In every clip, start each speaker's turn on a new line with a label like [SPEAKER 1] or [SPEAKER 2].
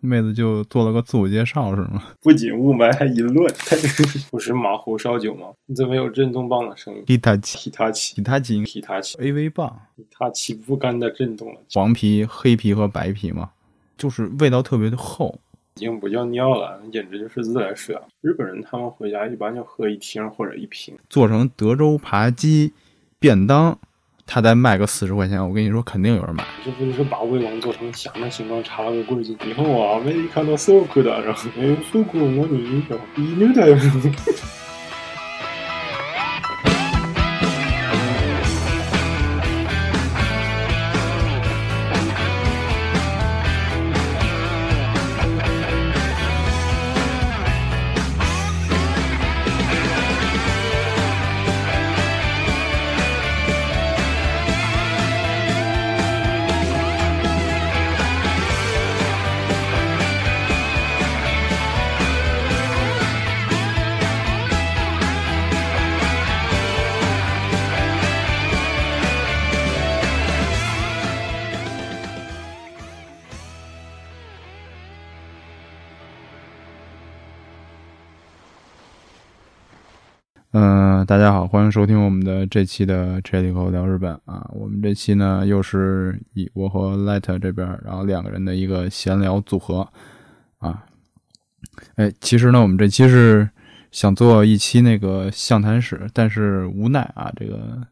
[SPEAKER 1] 妹子就做了个自我介绍是吗？
[SPEAKER 2] 不仅雾霾还淫乱。 我是马猴烧酒吗？你怎么有震动棒的声音？
[SPEAKER 1] 吉他奇，
[SPEAKER 2] 踢他起，
[SPEAKER 1] 吉他琴
[SPEAKER 2] 踢他起，
[SPEAKER 1] ，AV 棒，
[SPEAKER 2] 踢他起不甘的震动了，
[SPEAKER 1] 黄皮、黑皮和白皮嘛，就是味道特别的厚。
[SPEAKER 2] 已经不叫尿了，简直就是自来水啊！日本人他们回家一般就喝一听或者一瓶，
[SPEAKER 1] 做成德州扒鸡便当，他再卖个四十块钱，我跟你说肯定有人买。
[SPEAKER 2] 这不就是把卫龙做成响的形状插了个棍进去以后啊，没看到受苦的，然后没有受苦我你小逼女的。
[SPEAKER 1] 嗯、大家好，欢迎收听我们的这期的 c h e l i c o 聊日本啊。我们这期呢又是以我和 Light 这边，然后两个人的一个闲聊组合啊。哎，其实呢，我们这期是想做一期那个相谈史，但是无奈啊，这个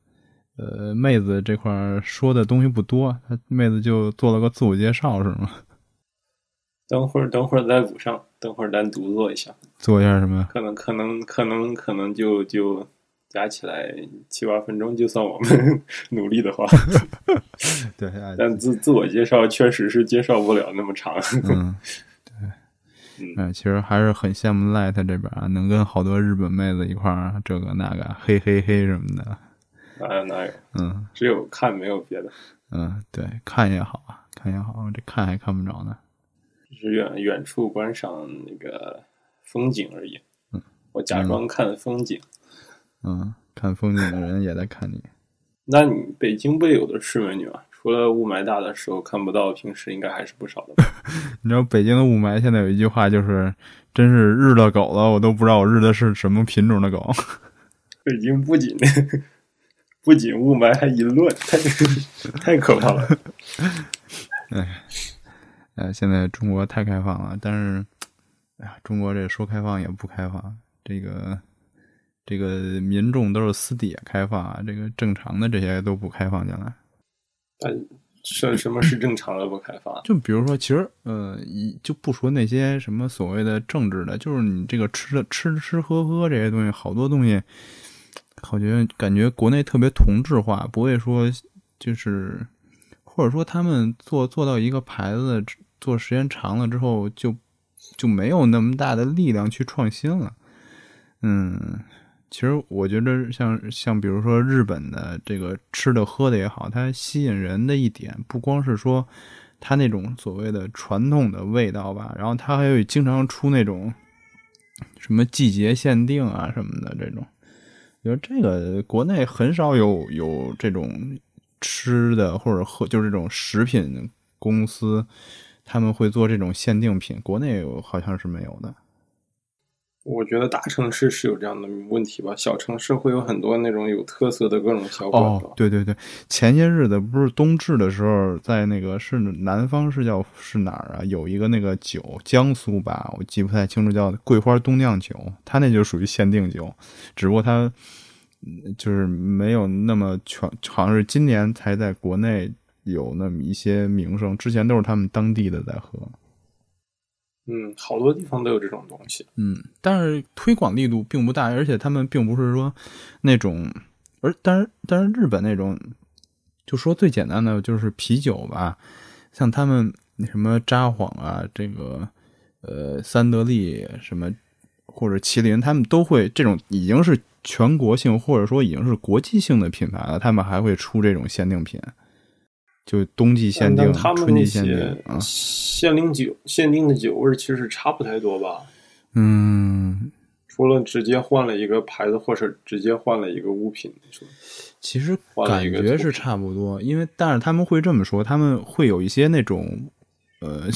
[SPEAKER 1] 呃妹子这块儿说的东西不多，她妹子就做了个自我介绍是吗？
[SPEAKER 2] 等会儿，等会儿再补上，等会儿单独做一下，
[SPEAKER 1] 做一下什么呀？
[SPEAKER 2] 可能，可能，可能，可能就就加起来七八分钟，就算我们 努力的话，
[SPEAKER 1] 对，哎
[SPEAKER 2] 但自自我介绍确实是介绍不了那么长。
[SPEAKER 1] 嗯，对，哎，其实还是很羡慕 Light 这边啊，能跟好多日本妹子一块儿这个那个嘿嘿嘿什么的，
[SPEAKER 2] 哪有哪有，
[SPEAKER 1] 嗯
[SPEAKER 2] 啊只有看没有别的，
[SPEAKER 1] 嗯，对，看也好啊，看也好，这看还看不着呢。
[SPEAKER 2] 只是远远处观赏那个风景而已。我假装看风景。
[SPEAKER 1] 嗯，看风景的人也在看你，
[SPEAKER 2] 那你北京不也有的是美女吗？除了雾霾大的时候看不到，平时应该还是不少的吧。
[SPEAKER 1] 你知道北京的雾霾现在有一句话就是，真是日了狗了，我都不知道我日的是什么品种的狗。
[SPEAKER 2] 北京不仅 不仅雾霾还淫乱，太 太可怕了。
[SPEAKER 1] 呃，现在中国太开放了，但是，哎呀，中国这说开放也不开放，这个这个民众都是私底下开放啊，这个正常的这些都不开放进来。
[SPEAKER 2] 什什么是正常的不开放？
[SPEAKER 1] 就比如说，其实呃，一就不说那些什么所谓的政治的，就是你这个吃的吃吃喝喝这些东西，好多东西，好觉感觉国内特别同质化，不会说就是，或者说他们做做到一个牌子做时间长了之后就，就没有那么大的力量去创新了。嗯，其实我觉得像像比如说日本的这个吃的喝的也好，它吸引人的一点不光是说它那种所谓的传统的味道吧，然后它还有经常出那种什么季节限定啊什么的这种。比如这个国内很少有有这种吃的或者喝，就是这种食品公司，他们会做这种限定品，国内好像是没有的。
[SPEAKER 2] 我觉得大城市是有这样的问题吧，小城市会有很多那种有特色的各种小馆子
[SPEAKER 1] 哦，对对对，前些日子不是冬至的时候，在那个是南方是叫是哪儿啊？有一个那个酒，江苏吧，我记不太清楚，叫桂花冬酿酒，它那就属于限定酒，只不过它嗯就是没有那么全，好像是今年才在国内有那么一些名声，之前都是他们当地的在喝。
[SPEAKER 2] 嗯，好多地方都有这种东西。
[SPEAKER 1] 嗯，但是推广力度并不大，而且他们并不是说那种，而但是但是日本那种，就说最简单的就是啤酒吧，像他们什么札幌啊，这个呃三得利什么或者麒麟，他们都会这种已经是全国性或者说已经是国际性的品牌了，他们还会出这种限定品，就冬季限定、
[SPEAKER 2] 但他们
[SPEAKER 1] 春
[SPEAKER 2] 那
[SPEAKER 1] 季限定
[SPEAKER 2] 些
[SPEAKER 1] 啊，
[SPEAKER 2] 限定酒、限定的酒味儿其实差不太多吧，
[SPEAKER 1] 嗯。
[SPEAKER 2] 除了直接换了一个牌子，或者直接换了一个物品。是吧
[SPEAKER 1] 其实
[SPEAKER 2] 换
[SPEAKER 1] 感
[SPEAKER 2] 了一个
[SPEAKER 1] 觉
[SPEAKER 2] 图
[SPEAKER 1] 是差不多，因为但是他们会这么说，他们会有一些那种呃，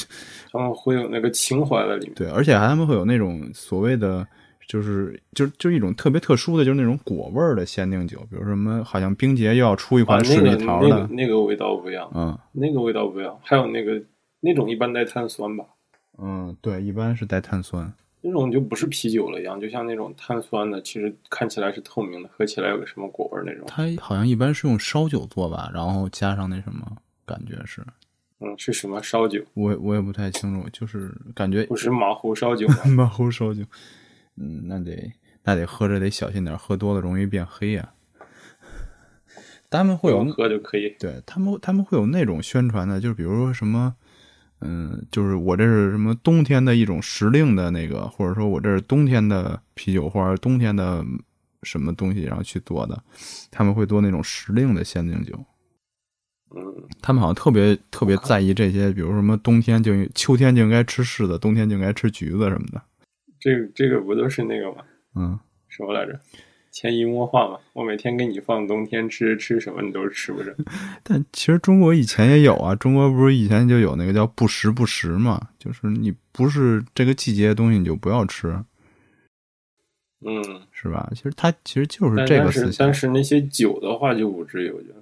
[SPEAKER 2] 然后会有那个情怀在里面。
[SPEAKER 1] 对，而且他们会有那种所谓的，就是就就一种特别特殊的，就是那种果味儿的限定酒，比如什么，好像冰洁又要出一
[SPEAKER 2] 啊，
[SPEAKER 1] 款
[SPEAKER 2] 那
[SPEAKER 1] 水
[SPEAKER 2] 个
[SPEAKER 1] 蜜桃的，
[SPEAKER 2] 那个那个味道不一样，
[SPEAKER 1] 嗯
[SPEAKER 2] 那个味道不一样。还有那个那种一般带碳酸吧，
[SPEAKER 1] 嗯，对，一般是带碳酸，
[SPEAKER 2] 那种就不是啤酒了一样，就像那种碳酸的，其实看起来是透明的，喝起来有个什么果味儿那种。
[SPEAKER 1] 它好像一般是用烧酒做吧，然后加上那什么，感觉是
[SPEAKER 2] 嗯，是什么烧酒？
[SPEAKER 1] 我也我也不太清楚，就是感觉
[SPEAKER 2] 不是马壶烧酒吗？
[SPEAKER 1] 马虎烧酒，嗯，那得那得喝着得小心点儿，喝多了容易变黑呀、他们 会有
[SPEAKER 2] 能喝就可以。
[SPEAKER 1] 对他们他们会有那种宣传的，就是比如说什么，嗯，就是我这是什么冬天的一种时令的那个，或者说我这是冬天的啤酒或者冬天的什么东西，然后去做的，他们会做那种时令的限定酒。
[SPEAKER 2] 嗯，
[SPEAKER 1] 他们好像特别特别在意这些，比如什么冬天就秋天就应该吃柿子，冬天就应该吃橘子什么的。
[SPEAKER 2] 这个这个不都是那个吗？
[SPEAKER 1] 嗯，
[SPEAKER 2] 什么来着？潜移默化嘛。我每天给你放冬天吃吃什么，你都是吃不着。
[SPEAKER 1] 但其实中国以前也有啊，中国不是以前就有那个叫不时不食嘛，就是你不是这个季节的东西你就不要吃。
[SPEAKER 2] 嗯，
[SPEAKER 1] 是吧？其实它其实就是
[SPEAKER 2] 但
[SPEAKER 1] 这个
[SPEAKER 2] 但
[SPEAKER 1] 思
[SPEAKER 2] 是
[SPEAKER 1] 想
[SPEAKER 2] 但，是那些酒的话就不至于，我觉得。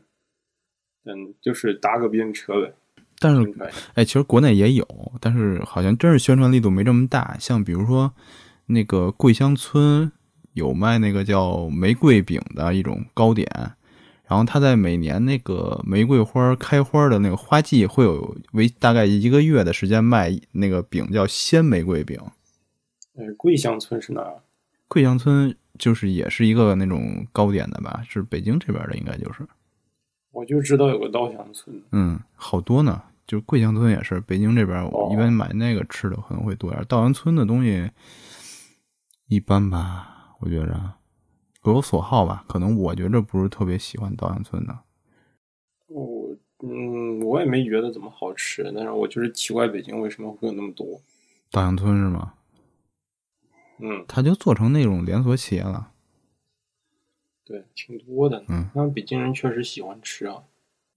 [SPEAKER 2] 嗯，就是搭个边车呗。
[SPEAKER 1] 但是
[SPEAKER 2] 明白
[SPEAKER 1] 哎，其实国内也有，但是好像真是宣传力度没这么大。像比如说那个桂香村有卖那个叫玫瑰饼的一种糕点，然后它在每年那个玫瑰花开花的那个花季会有为大概一个月的时间卖那个饼，叫鲜玫瑰饼。
[SPEAKER 2] 哎，桂香村是哪儿啊？
[SPEAKER 1] 桂香村就是也是一个那种糕点的吧，是北京这边的，应该就是。
[SPEAKER 2] 我就知道有个稻香村。
[SPEAKER 1] 嗯，好多呢，就是桂香村也是，北京这边我
[SPEAKER 2] 哦
[SPEAKER 1] 一般买那个吃的可能会多点儿。稻香村的东西一般吧，我觉着各有所好吧。可能我觉着不是特别喜欢稻香村的。
[SPEAKER 2] 我嗯，我也没觉得怎么好吃，但是我就是奇怪北京为什么会有那么多。
[SPEAKER 1] 稻香村是吗？
[SPEAKER 2] 嗯，
[SPEAKER 1] 它就做成那种连锁企业了。
[SPEAKER 2] 对，挺多的。
[SPEAKER 1] 嗯，
[SPEAKER 2] 那北京人确实喜欢吃啊。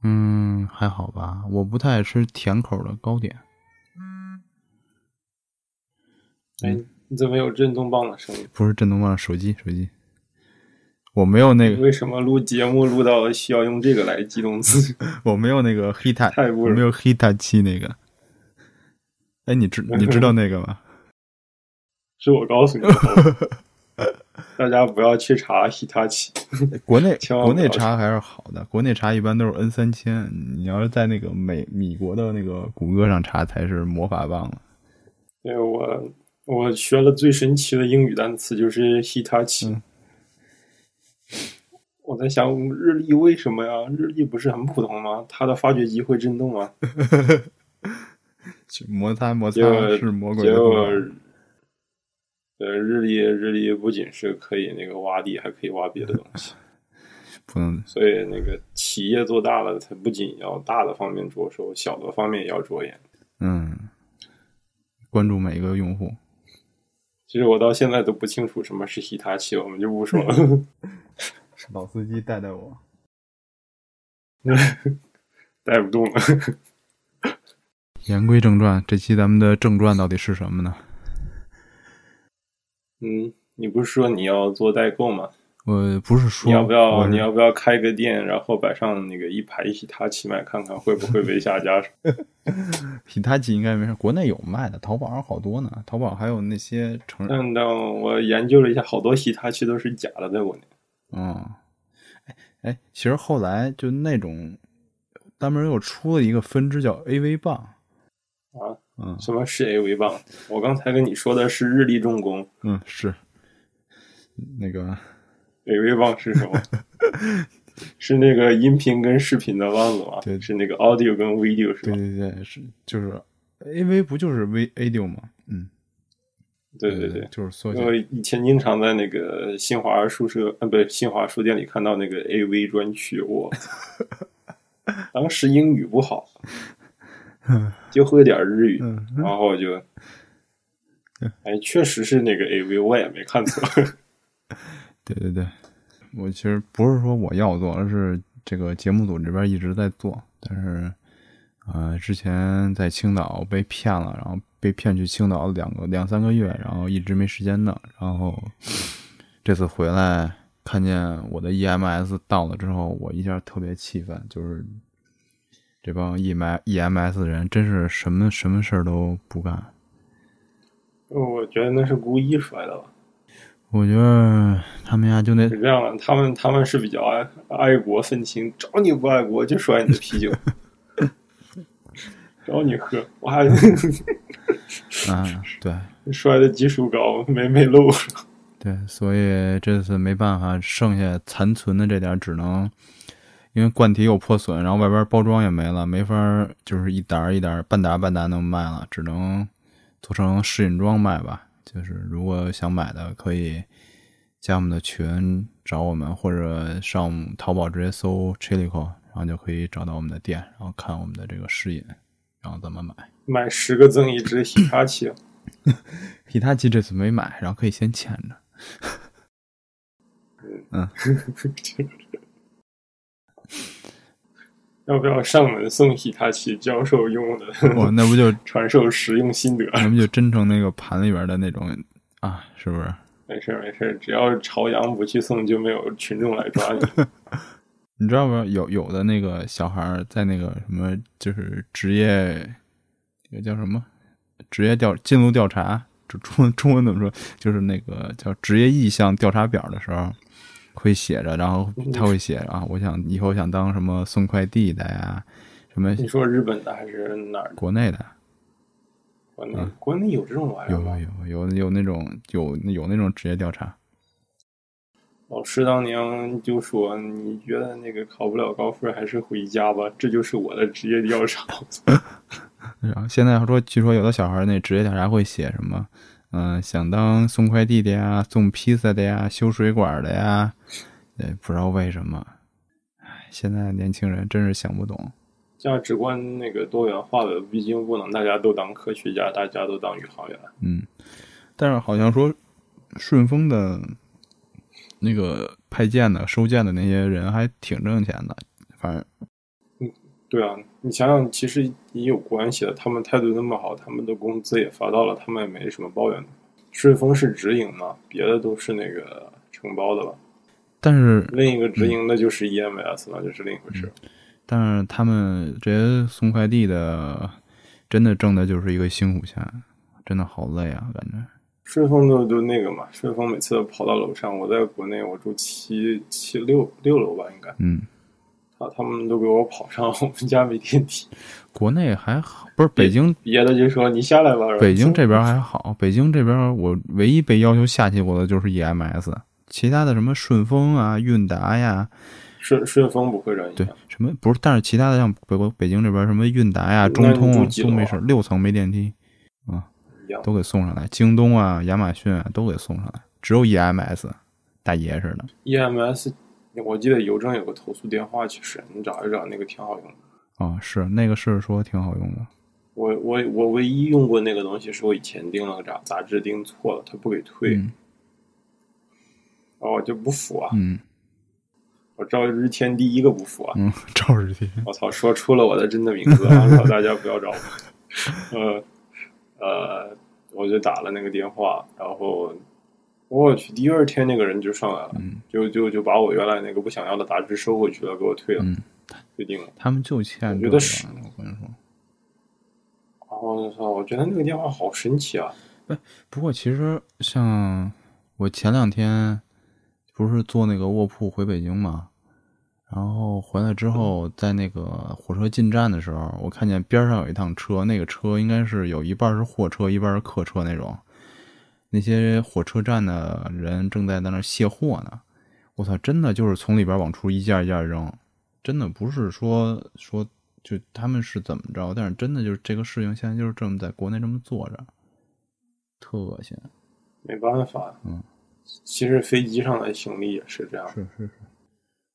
[SPEAKER 1] 嗯，还好吧，我不太爱吃甜口的糕点。嗯
[SPEAKER 2] 哎，你怎么有震动棒的声音？
[SPEAKER 1] 不是震动棒，手机手机，我没有那个，
[SPEAKER 2] 为什么录节目录到需要用这个来激动自己？
[SPEAKER 1] 我没有那个黑塔，
[SPEAKER 2] 太不
[SPEAKER 1] 我
[SPEAKER 2] 容易
[SPEAKER 1] 没有黑塔七那个。哎，你知你知道那个吗？
[SPEAKER 2] 是我告 诉你的好吧，大家不要去查 Hitachi。
[SPEAKER 1] 国内
[SPEAKER 2] 千万
[SPEAKER 1] 国
[SPEAKER 2] 不要
[SPEAKER 1] 内茶还是好的，国内茶一般都是 N 三千，你要是在那个美米国的那个谷歌上查才是魔法棒了。
[SPEAKER 2] 对我，我学了最神奇的英语单词就是 Hitachi。
[SPEAKER 1] 嗯
[SPEAKER 2] 我在想日历为什么呀？日历不是很普通吗？它的发掘机会震动啊。
[SPEAKER 1] 去摩擦摩擦
[SPEAKER 2] 结果
[SPEAKER 1] 是魔鬼
[SPEAKER 2] 结
[SPEAKER 1] 的动
[SPEAKER 2] 果
[SPEAKER 1] 物。，
[SPEAKER 2] 呃，日历日历不仅是可以那个挖地，还可以挖别的东西。
[SPEAKER 1] 不能
[SPEAKER 2] 所以那个企业做大了，它不仅要大的方面着手，小的方面也要着眼。
[SPEAKER 1] 嗯，关注每一个用户。
[SPEAKER 2] 其实我到现在都不清楚什么是 Hitachi，了我们就 不说了。
[SPEAKER 1] 老司机带带我。
[SPEAKER 2] 带不动了。
[SPEAKER 1] 言归正传，这期咱们的正传到底是什么呢？
[SPEAKER 2] 嗯，你不是说你要做代购吗？
[SPEAKER 1] 我不是说
[SPEAKER 2] 你要不
[SPEAKER 1] 我
[SPEAKER 2] 要
[SPEAKER 1] 是
[SPEAKER 2] 你要不要开个店，然后摆上那个一排 Hitachi 卖，看看会不会被下架？
[SPEAKER 1] 皮塔吉应该没事，国内有卖的，淘宝上好多呢。淘宝还有那些成人
[SPEAKER 2] 但但我研究了一下，好多 Hitachi 都是假的，在国内。
[SPEAKER 1] 嗯，哎哎，其实后来就那种，单门又出了一个分支叫 AV 棒
[SPEAKER 2] 啊，
[SPEAKER 1] 嗯
[SPEAKER 2] 什么是 AV 棒？我刚才跟你说的是日立重工
[SPEAKER 1] 嗯，是那个
[SPEAKER 2] ，AV 棒是什么？ 是那个音频跟视频的棒子吗？
[SPEAKER 1] 对
[SPEAKER 2] 是那个 audio 跟 video 是
[SPEAKER 1] 对
[SPEAKER 2] 吧？
[SPEAKER 1] 对对是就是 AV 不就是 V A 六吗？嗯，
[SPEAKER 2] 对对
[SPEAKER 1] 对，
[SPEAKER 2] 对。
[SPEAKER 1] 就是缩写
[SPEAKER 2] 因。为以前经常在那个新华书社，呃，不是新华书店里看到那个 AV 专区，我当时英语不好，就会点日语，
[SPEAKER 1] 嗯
[SPEAKER 2] 然后就，哎，确实是那个 AV，我也没看错。
[SPEAKER 1] 对对对，我其实不是说我要做，而是这个节目组这边一直在做，但是啊、呃，之前在青岛被骗了，然后被骗去青岛两个两三个月，然后一直没时间弄，然后这次回来看见我的 EMS 到了之后，我一下特别气愤，就是这帮 E EM EMS 人真是什么什么事儿都不干。
[SPEAKER 2] 我觉得那是故意摔的吧。
[SPEAKER 1] 我觉得他们家就那
[SPEAKER 2] 是这样的，他们他们是比较爱爱国愤青，找你不爱国就摔你的啤酒，找你喝，我还
[SPEAKER 1] 啊，对
[SPEAKER 2] 摔的级数高，没没漏上。
[SPEAKER 1] 对，所以这次没办法，剩下残存的这点儿只能，因为罐体有破损，然后外边包装也没了，没法儿就是一沓儿一沓儿半沓半沓能卖了，只能做成试饮装卖吧。就是如果想买的，可以加我们的群找我们，或者上我们淘宝直接搜 Chilico，然后就可以找到我们的店，然后看我们的这个试饮，然后怎么买。
[SPEAKER 2] 买十个赠一只喜茶器，
[SPEAKER 1] 皮塔奇这次没买，然后可以先欠着。
[SPEAKER 2] 要不要上门送喜茶器教授用的？
[SPEAKER 1] 哇，那不就
[SPEAKER 2] 传授实用心得，
[SPEAKER 1] 咱们就真成那个盘里边的那种啊，是不是？
[SPEAKER 2] 没事没事，只要朝阳不去送，就没有群众来抓你。
[SPEAKER 1] 你知道吗？有有的那个小孩儿在那个什么，就是职业，那个叫什么？职业调进入调查，这中文中文怎么说？就是那个叫职业意向调查表的时候，会写着，然后他会写啊，我想以后想当什么送快递的呀，什么
[SPEAKER 2] 你说日本的还是哪儿的？
[SPEAKER 1] 国内的，
[SPEAKER 2] 国内国内有这种玩
[SPEAKER 1] 嗯
[SPEAKER 2] 意儿
[SPEAKER 1] 有
[SPEAKER 2] 吗？
[SPEAKER 1] 有有有那种有有那种职业调查，
[SPEAKER 2] 老师当年就说：“你觉得那个考不了高分，还是回家吧，这就是我的职业调查。
[SPEAKER 1] 然后啊现在说，据说有的小孩儿那职业调查会写什么，嗯、想当送快递的呀，送披萨的呀，修水管的呀，也不知道为什么。唉，现在年轻人真是想不懂。”
[SPEAKER 2] 价值观那个多元化的，毕竟不能大家都当科学家，大家都当宇航员。
[SPEAKER 1] 嗯，但是好像说顺丰的那个派件的、收件的那些人还挺挣钱的，反正
[SPEAKER 2] 对啊，你想想，其实也有关系的。他们态度那么好，他们的工资也发到了，他们也没什么抱怨的。顺丰是直营嘛，别的都是那个承包的了。
[SPEAKER 1] 但是
[SPEAKER 2] 另一个直
[SPEAKER 1] 嗯
[SPEAKER 2] 营的就是 EMS 了，就是另一回事。
[SPEAKER 1] 但是他们这些送快递的，真的挣的就是一个辛苦钱，真的好累啊，感觉。
[SPEAKER 2] 顺丰都都那个嘛，顺丰每次都跑到楼上，我在国内我住七七六六楼吧，应该
[SPEAKER 1] 嗯，
[SPEAKER 2] 他他们都给我跑上， 我们家没电梯。
[SPEAKER 1] 国内还好，不是北京，
[SPEAKER 2] 别的就说你下来吧。然后
[SPEAKER 1] 北京这边还好。北京这边我唯一被要求下去过的就是 EMS，其他的什么顺丰啊、韵达呀，
[SPEAKER 2] 顺顺丰不会让你
[SPEAKER 1] 对，什么不是，但是其他的像北北京这边什么韵达呀、中
[SPEAKER 2] 那
[SPEAKER 1] 通
[SPEAKER 2] 你
[SPEAKER 1] 啊
[SPEAKER 2] 住几
[SPEAKER 1] 都
[SPEAKER 2] 楼啊
[SPEAKER 1] 没事，六层没电梯
[SPEAKER 2] 一样。
[SPEAKER 1] 都给送上来，京东啊、亚马逊啊都给送上来，只有 EMS，大爷似的。
[SPEAKER 2] EMS，我记得邮政有个投诉电话，其实你找一找那个挺好用的。
[SPEAKER 1] 啊、是那个是说挺好用的，
[SPEAKER 2] 我我我唯一用过那个东西，是我以前订了个杂杂志订错了，他不给退，
[SPEAKER 1] 嗯
[SPEAKER 2] 然后我就不服啊，
[SPEAKER 1] 嗯
[SPEAKER 2] 我照日天第一个不服啊，
[SPEAKER 1] 嗯， 赵日天，
[SPEAKER 2] 我操，说出了我的真的名字，我操，大家不要找我。 呃呃，我就打了那个电话，然后我去，第二天那个人就上来了，
[SPEAKER 1] 嗯
[SPEAKER 2] 就就就把我原来那个不想要的杂志收回去了，给我退了，
[SPEAKER 1] 嗯
[SPEAKER 2] 退订了。
[SPEAKER 1] 他们就欠
[SPEAKER 2] 我
[SPEAKER 1] 这
[SPEAKER 2] 觉
[SPEAKER 1] 个，
[SPEAKER 2] 得是
[SPEAKER 1] 我跟你说。
[SPEAKER 2] 然后我操，我觉得那个电话好神奇啊！
[SPEAKER 1] 不过其实像我前两天不是坐那个卧铺回北京嘛，然后回来之后，在那个火车进站的时候，我看见边上有一趟车，那个车应该是有一半是货车，一半是客车那种。那些火车站的人正在在那儿卸货呢，我操，真的就是从里边往出一件一件扔，真的不是说说就他们是怎么着，但是真的就是这个事情现在就是这么在国内这么做着，特恶心。
[SPEAKER 2] 没办法，
[SPEAKER 1] 嗯，
[SPEAKER 2] 其实飞机上的行李也是这样。
[SPEAKER 1] 是是是，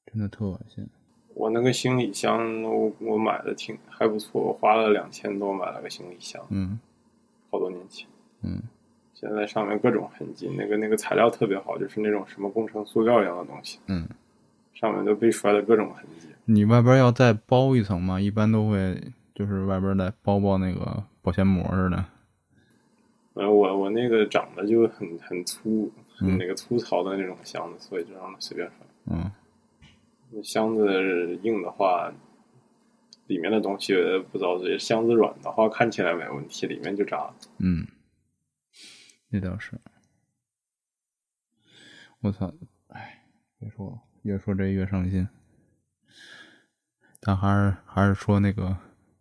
[SPEAKER 1] 真的特恶心。
[SPEAKER 2] 我那个行李箱，我我买的挺还不错，我花了两千多买了个行李箱，
[SPEAKER 1] 嗯
[SPEAKER 2] 好多年前。
[SPEAKER 1] 嗯，
[SPEAKER 2] 现在上面各种痕迹，那个那个材料特别好，就是那种什么工程塑料一样的东西，
[SPEAKER 1] 嗯，
[SPEAKER 2] 上面都被摔的各种痕迹。
[SPEAKER 1] 你外边要再包一层嘛，一般都会就是外边再包包那个保鲜膜似的。
[SPEAKER 2] 呃，我我那个长得就很很粗，很那个粗糙的那种箱子，所以就让它随便放。
[SPEAKER 1] 嗯，
[SPEAKER 2] 那箱子硬的话，里面的东西不遭罪；箱子软的话，看起来没问题，里面就炸了。
[SPEAKER 1] 嗯，那倒是。我操！哎，别说了，越说这越伤心。但还是还是说那个，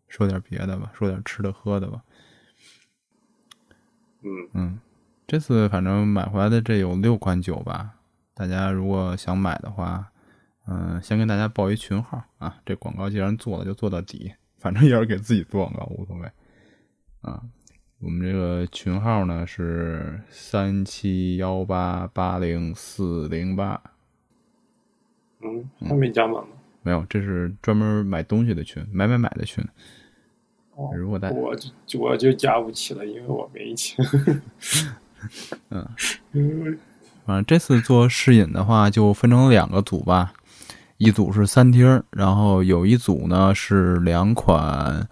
[SPEAKER 1] 说点别的吧，说点吃的喝的吧。
[SPEAKER 2] 嗯，
[SPEAKER 1] 嗯，这次反正买回来的这有六款酒吧，大家如果想买的话，嗯、先跟大家报一群号啊。这广告既然做了，就做到底，反正也是给自己做广告，无所谓啊。我们这个群号呢是三七幺八八零四零八，
[SPEAKER 2] 嗯，还没加满呢。
[SPEAKER 1] 没有，这是专门买东西的群，买买买的群。
[SPEAKER 2] 哦
[SPEAKER 1] 如果大家
[SPEAKER 2] 我就我就加不起了，因为我没钱。 嗯，
[SPEAKER 1] 反正这次做试饮的话，就分成两个组吧，一组是三听儿，然后有一组呢是两款，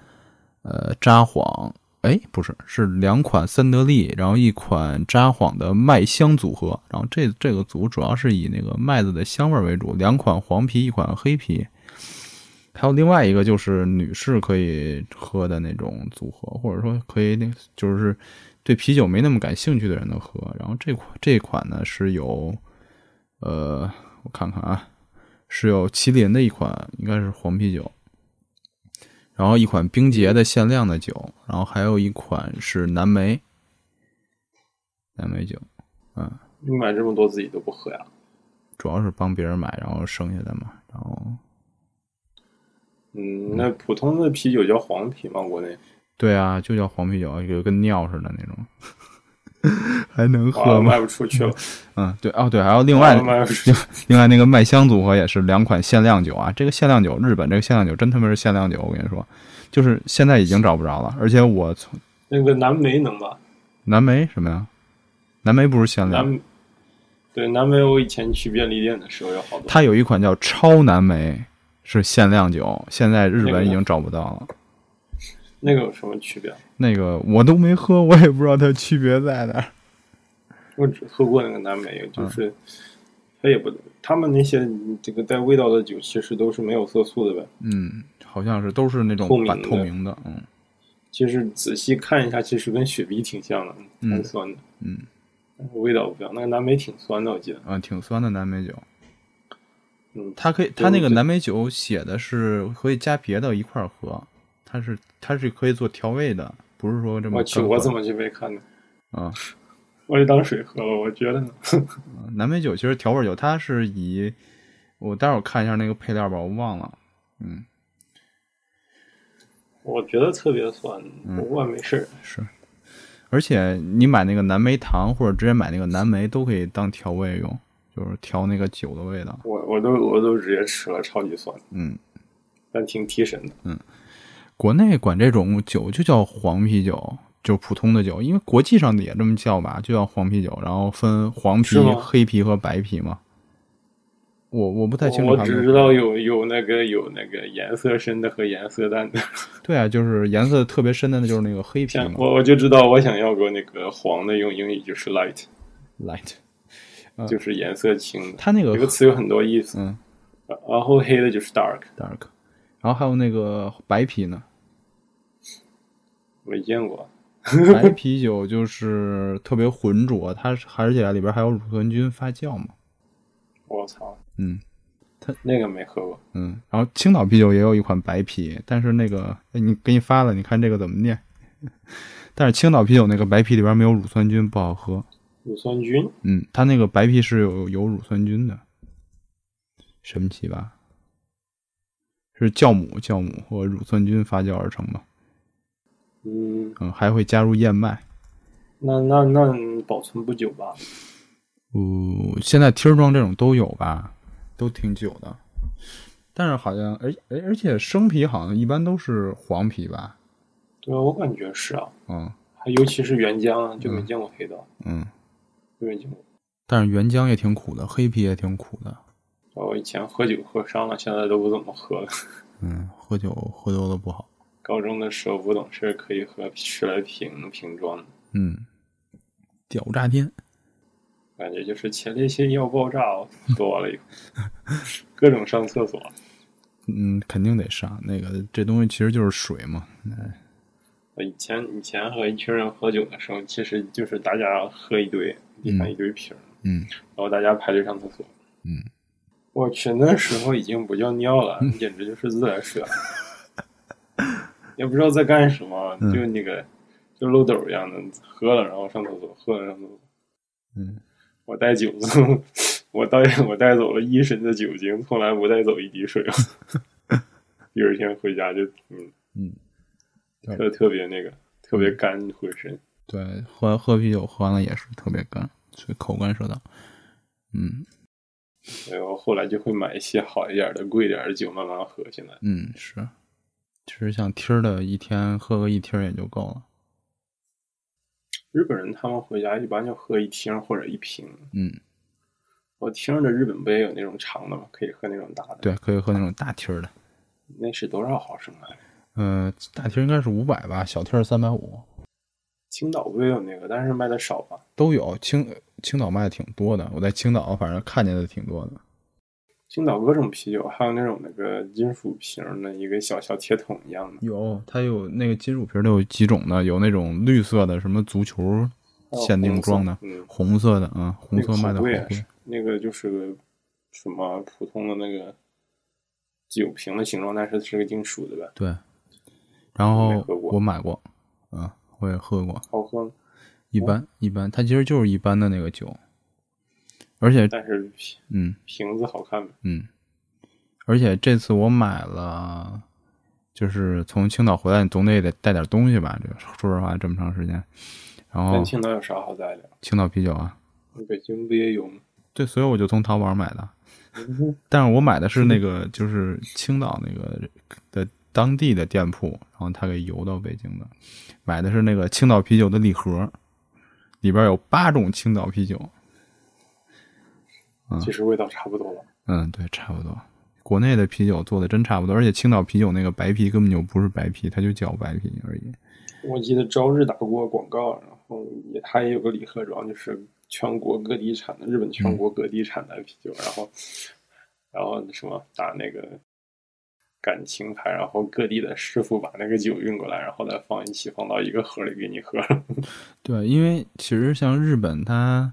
[SPEAKER 1] 呃，札幌，哎，不是，是两款三得利，然后一款札幌的麦香组合。然后这这个组主要是以那个麦子的香味儿为主，两款黄啤，一款黑啤。还有另外一个就是女士可以喝的那种组合，或者说可以那就是对啤酒没那么感兴趣的人能喝。然后这款这款呢是有，呃，我看看啊，是有麒麟的一款，应该是黄啤酒，然后一款冰洁的限量的酒，然后还有一款是蓝莓，蓝莓酒，
[SPEAKER 2] 你买这么多自己都不喝呀？
[SPEAKER 1] 主要是帮别人买，然后剩下的嘛，然后
[SPEAKER 2] 嗯，那普通的啤酒叫黄啤吗？国内
[SPEAKER 1] 对啊，就叫黄啤酒，有跟尿似的那种， 还能
[SPEAKER 2] 啊，卖不出去了。
[SPEAKER 1] 嗯，对，哦，对，还 有另外、
[SPEAKER 2] 啊卖不出去。
[SPEAKER 1] 另外那个麦香组合也是两款限量酒啊。这个限量酒，日本这个限量酒真他妈是限量酒，我跟你说，就是现在已经找不着了。而且我从
[SPEAKER 2] 那个蓝莓能吧？
[SPEAKER 1] 蓝莓什么呀？蓝莓不是限量，
[SPEAKER 2] 蓝，对蓝莓，我以前去便利店的时候有好多。
[SPEAKER 1] 它有一款叫超蓝莓，是限量酒，现在日本已经找不到了。
[SPEAKER 2] 那个有什么区别？啊
[SPEAKER 1] 那个我都没喝，我也不知道它区别在哪儿。
[SPEAKER 2] 我只喝过那个蓝莓，
[SPEAKER 1] 嗯
[SPEAKER 2] 就是它也不，他们那些这个带味道的酒其实都是没有色素的呗。
[SPEAKER 1] 嗯，好像是都是那种
[SPEAKER 2] 透明
[SPEAKER 1] 半
[SPEAKER 2] 的
[SPEAKER 1] 透明的，嗯。
[SPEAKER 2] 其实仔细看一下，其实跟雪碧挺像的，蛮酸的，
[SPEAKER 1] 嗯，
[SPEAKER 2] 味道不一样。那个蓝莓挺酸的，我记得。
[SPEAKER 1] 啊，挺酸的蓝莓酒。
[SPEAKER 2] 嗯
[SPEAKER 1] 它可以，它那个蓝莓酒写的是可以加别的一块儿喝，它是它是可以做调味的，不是说这么
[SPEAKER 2] 我去，
[SPEAKER 1] 干喝
[SPEAKER 2] 我怎么就没看呢？
[SPEAKER 1] 啊？
[SPEAKER 2] 我就当水喝了。我觉得呢，
[SPEAKER 1] 蓝莓酒其实调味酒，它是以我待会儿看一下那个配料吧，我忘了。嗯，
[SPEAKER 2] 我觉得特别酸，
[SPEAKER 1] 嗯
[SPEAKER 2] 不过没事儿。
[SPEAKER 1] 是。而且你买那个蓝莓糖或者直接买那个蓝莓都可以当调味用，就是调那个酒的味道。
[SPEAKER 2] 我我都我都直接吃了，超级酸，
[SPEAKER 1] 嗯，
[SPEAKER 2] 但挺提神的。
[SPEAKER 1] 国内管这种酒就叫黄啤酒，就是普通的酒，因为国际上的也这么叫吧，就叫黄啤酒，然后分黄啤
[SPEAKER 2] 是、吗
[SPEAKER 1] 黑啤和白啤嘛。我我不太清楚
[SPEAKER 2] 我
[SPEAKER 1] 他
[SPEAKER 2] 只
[SPEAKER 1] 们
[SPEAKER 2] 知道有有那个有那个颜色深的和颜色淡的，
[SPEAKER 1] 对啊，就是颜色特别深的，那就是那个黑啤
[SPEAKER 2] 像
[SPEAKER 1] 嘛
[SPEAKER 2] 哎我我就知道我想要个那个黄的，用英语就是 light，、
[SPEAKER 1] ，light。
[SPEAKER 2] 就是颜色轻的。
[SPEAKER 1] 嗯它那个
[SPEAKER 2] 这个词有很多意思，
[SPEAKER 1] 嗯
[SPEAKER 2] 然后黑的就是 dark，
[SPEAKER 1] dark，然后还有那个白 啤呢，
[SPEAKER 2] 没见过。
[SPEAKER 1] 白啤酒就是特别浑浊，它是而且里边还有乳酸菌发酵嘛。
[SPEAKER 2] 我操，
[SPEAKER 1] 嗯，
[SPEAKER 2] 那个没喝过。
[SPEAKER 1] 嗯，然后青岛啤酒也有一款白啤，但是那个哎你给你发了，你看这个怎么念？ 但是青岛啤酒那个白啤里边没有乳酸菌，不好喝。
[SPEAKER 2] 乳酸菌，
[SPEAKER 1] 嗯，它那个白啤是有有乳酸菌的，神奇吧？是酵母、酵母和乳酸菌发酵而成嘛？
[SPEAKER 2] 嗯，
[SPEAKER 1] 嗯，还会加入燕麦。
[SPEAKER 2] 那那那保存不久吧？
[SPEAKER 1] 哦，现在贴装这种都有吧，都挺久的。但是好像，而而而且生啤好像一般都是黄啤吧？
[SPEAKER 2] 对啊，我感觉是啊，
[SPEAKER 1] 嗯
[SPEAKER 2] 还尤其是原浆啊，就没见过黑的，
[SPEAKER 1] 嗯。
[SPEAKER 2] 就没见过。
[SPEAKER 1] 但是原浆也挺苦的，黑啤也挺苦的。
[SPEAKER 2] 哦我以前喝酒喝伤了，现在都不怎么喝了。
[SPEAKER 1] 嗯嗯，喝酒喝多了不好。
[SPEAKER 2] 高中的时候不懂事，可以喝十来瓶瓶装，
[SPEAKER 1] 嗯，屌炸天，
[SPEAKER 2] 感觉就是前列腺要爆炸哦，多完了以后，各种上厕所。
[SPEAKER 1] 嗯，肯定得上。那个这东西其实就是水嘛，哎
[SPEAKER 2] 我以前以前和一群人喝酒的时候，其实就是大家喝一堆，地上一堆瓶儿，
[SPEAKER 1] 嗯
[SPEAKER 2] 然后大家排队上厕所。
[SPEAKER 1] 嗯，
[SPEAKER 2] 我去，那时候已经不叫尿了，简直就是自来水， 也不知道在干什么，
[SPEAKER 1] 嗯
[SPEAKER 2] 就那个就漏斗一样的，喝了然后上厕所，喝了上厕所。
[SPEAKER 1] 嗯，
[SPEAKER 2] 我带酒， 我带 我带走了一身的酒精，从来不带走一滴水。 第二天回家就嗯
[SPEAKER 1] 嗯，
[SPEAKER 2] 特特别那个，特别干浑身。
[SPEAKER 1] 对，喝喝啤酒喝完了也是特别干，所以口干舌燥。嗯
[SPEAKER 2] 所以我后来就会买一些好一点的、贵一点的酒慢慢喝。现在
[SPEAKER 1] 嗯，是，其实像听儿的，一天喝个一听儿也就够了。
[SPEAKER 2] 日本人他们回家一般就喝一听或者一瓶。
[SPEAKER 1] 嗯，
[SPEAKER 2] 我听着日本不也有那种长的吗？可以喝那种大的。，
[SPEAKER 1] 对，可以喝那种大听儿的，
[SPEAKER 2] 那是多少毫升啊？
[SPEAKER 1] 呃，大听儿应该是五百吧，小听儿三百五，
[SPEAKER 2] 青岛不也有那个，但是卖的少吧？
[SPEAKER 1] 都有。青青岛卖的挺多的，我在青岛反正看见的挺多的。
[SPEAKER 2] 青岛各种啤酒，还有那种那个金属瓶的一个小小铁桶一样的。
[SPEAKER 1] 有，它有那个金属瓶儿的有几种的，有那种绿色的，什么足球
[SPEAKER 2] 哦
[SPEAKER 1] 限定装的，
[SPEAKER 2] 红色嗯
[SPEAKER 1] 红色的啊，红
[SPEAKER 2] 那
[SPEAKER 1] 色
[SPEAKER 2] 个
[SPEAKER 1] 卖的好
[SPEAKER 2] 好贵啊
[SPEAKER 1] 贵。
[SPEAKER 2] 那个就是个什么普通的那个酒瓶的形状，但是是个金属的呗，
[SPEAKER 1] 对，然后
[SPEAKER 2] 喝过
[SPEAKER 1] 我买过，啊，我也喝过，
[SPEAKER 2] 好喝吗，
[SPEAKER 1] 一般、一般，它其实就是一般的那个酒，而且
[SPEAKER 2] 但是瓶
[SPEAKER 1] 嗯
[SPEAKER 2] 瓶子好看呗。
[SPEAKER 1] 嗯，而且这次我买了，就是从青岛回来，你总得得带点东西吧？这个说实话，这么长时间，然后
[SPEAKER 2] 但青岛有啥好带的？
[SPEAKER 1] 青岛啤酒啊，
[SPEAKER 2] 北京不也有吗？
[SPEAKER 1] 对，所以我就从淘宝上买的。但是我买的是那个，就是青岛那个的当地的店铺，然后他给邮到北京的。买的是那个青岛啤酒的礼盒，里边有八种青岛啤酒。
[SPEAKER 2] 其实味道差不多吧。
[SPEAKER 1] 嗯，对，差不多。国内的啤酒做的真差不多，而且青岛啤酒那个白啤根本就不是白啤，它就叫白啤而已。
[SPEAKER 2] 我记得朝日打过广告，然后也它也有个礼盒装，就是全国各地产的日本全国各地产的啤酒，然后然后什么打那个感情牌，然后各地的师傅把那个酒运过来，然后再放一起放到一个盒里给你喝。
[SPEAKER 1] 对，因为其实像日本它，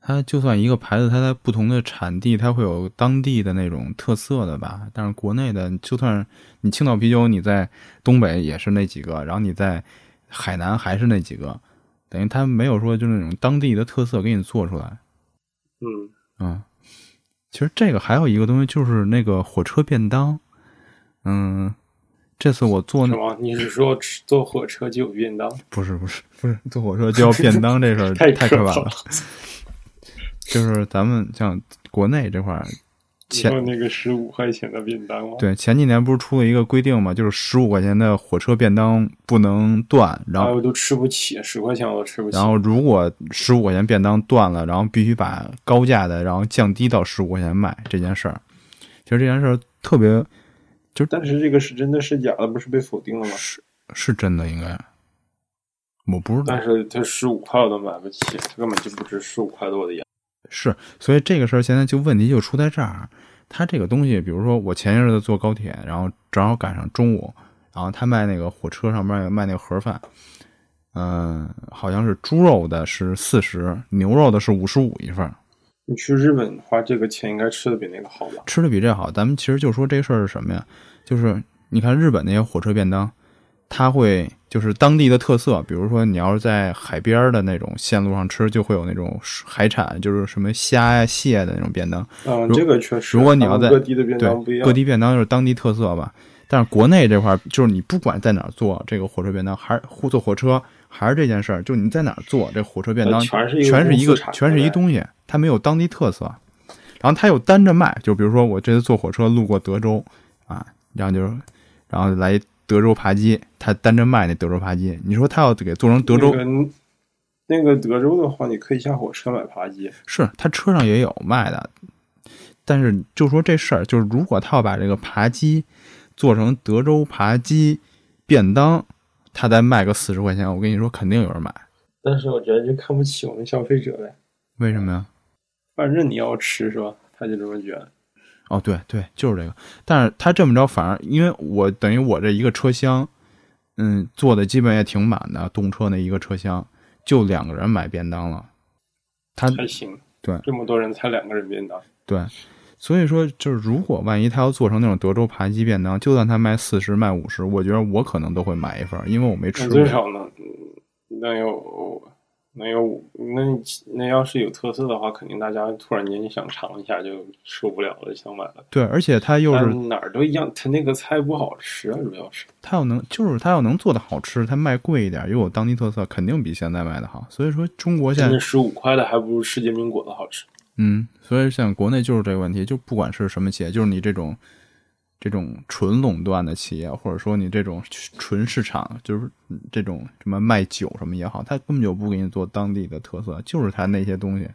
[SPEAKER 1] 它就算一个牌子，它在不同的产地，它会有当地的那种特色的吧。但是国内的，就算你青岛啤酒，你在东北也是那几个，然后你在海南还是那几个，等于它没有说就那种当地的特色给你做出来。
[SPEAKER 2] 嗯，
[SPEAKER 1] 嗯，其实这个还有一个东西就是那个火车便当，嗯，这次我做
[SPEAKER 2] 是
[SPEAKER 1] 那
[SPEAKER 2] 吗？你是说吃坐火车就有便当？
[SPEAKER 1] 不是不是不是坐火车就 要便当这事儿
[SPEAKER 2] 太
[SPEAKER 1] 太
[SPEAKER 2] 可
[SPEAKER 1] 刻板
[SPEAKER 2] 怕
[SPEAKER 1] 了。就是咱们像国内这块儿，
[SPEAKER 2] 你
[SPEAKER 1] 前
[SPEAKER 2] 说那个十五块钱的便当吗？
[SPEAKER 1] 对前几年不是出了一个规定嘛，就是十五块钱的火车便当不能断，然
[SPEAKER 2] 哎，
[SPEAKER 1] 后
[SPEAKER 2] 我都吃不起，十块钱我都吃不起
[SPEAKER 1] 然。后如果十五块钱便当断了，然后必须把高价的然后降低到十五块钱卖这件事儿。其实这件事儿特别
[SPEAKER 2] 但是这个是真的是假的，不是被否定了吗？
[SPEAKER 1] 是是真的，应该我不知道
[SPEAKER 2] 但是他十五块我都买不起，他根本就不值十五块多的盐。
[SPEAKER 1] 是，所以这个事儿现在就问题就出在这儿。它这个东西，比如说我前些日子坐高铁，然后正好赶上中午，然后他卖那个火车上面卖那个盒饭，嗯、好像是猪肉的是四十，牛肉的是五十五一份儿，
[SPEAKER 2] 你去日本花这个钱应该吃的比那个好吧？
[SPEAKER 1] 吃的比这好。咱们其实就说这事儿是什么呀？就是你看日本那些火车便当，它会就是当地的特色，比如说你要是在海边儿的那种线路上吃，就会有那种海产，就是什么虾呀、蟹的那种便当。
[SPEAKER 2] 嗯，
[SPEAKER 1] 如
[SPEAKER 2] 这个确实。
[SPEAKER 1] 如果你要
[SPEAKER 2] 咱
[SPEAKER 1] 在
[SPEAKER 2] 们各地的便当不一
[SPEAKER 1] 对
[SPEAKER 2] 样，
[SPEAKER 1] 各地便当就是当地特色吧。但是国内这块儿，就是你不管在哪儿做这个火车便当，还是坐火车，还是这件事儿，就你在哪儿做这火车便当，
[SPEAKER 2] 呃
[SPEAKER 1] 全
[SPEAKER 2] 全是
[SPEAKER 1] 是
[SPEAKER 2] 一个
[SPEAKER 1] 一个
[SPEAKER 2] 公司产的
[SPEAKER 1] 全是一东西，它没有当地特色。然后它又单着卖，就比如说我这次坐火车路过德州啊，然后就是然后来德州扒鸡，它单着卖那德州扒鸡，你说它要给做成德州、
[SPEAKER 2] 那个那个德州的话，你可以下火车买扒鸡。
[SPEAKER 1] 是他车上也有卖的，但是就说这事儿，就是如果他要把这个扒鸡做成德州扒鸡便当，他再卖个四十块钱，我跟你说肯定有人买。
[SPEAKER 2] 但是我觉得就看不起我们消费者呗。
[SPEAKER 1] 为什么呀？
[SPEAKER 2] 反正你要吃是吧？他就这么觉得。
[SPEAKER 1] 哦，对对，就是这个。但是他这么着，反而因为我等于我这一个车厢，嗯，坐的基本也挺满的，动车那一个车厢就两个人买便当了。他
[SPEAKER 2] 还行，
[SPEAKER 1] 对
[SPEAKER 2] 这么多人才两个人便当，
[SPEAKER 1] 对，所以说就是如果万一他要做成那种德州扒鸡便当，就算他卖四十卖五十，我觉得我可能都会买一份儿，因为我没
[SPEAKER 2] 那
[SPEAKER 1] 吃过
[SPEAKER 2] 最。少能能嗯有能有五那那要是有特色的话，肯定大家突然间想尝一下就受不了了，想买了。
[SPEAKER 1] 对，而且他又是
[SPEAKER 2] 但哪儿都一样，他那个菜不好吃啊，主要是。
[SPEAKER 1] 他要能就是他要能做的好吃，他卖贵一点，又有当地特色，肯定比现在卖的好。所以说中国现在
[SPEAKER 2] 那十五块的还不如吃煎饼果子好吃。
[SPEAKER 1] 嗯，所以像国内就是这个问题，就不管是什么企业，就是你这种这种纯垄断的企业，或者说你这种纯市场，就是这种什么卖酒什么也好，他根本就不给你做当地的特色，就是他那些东西，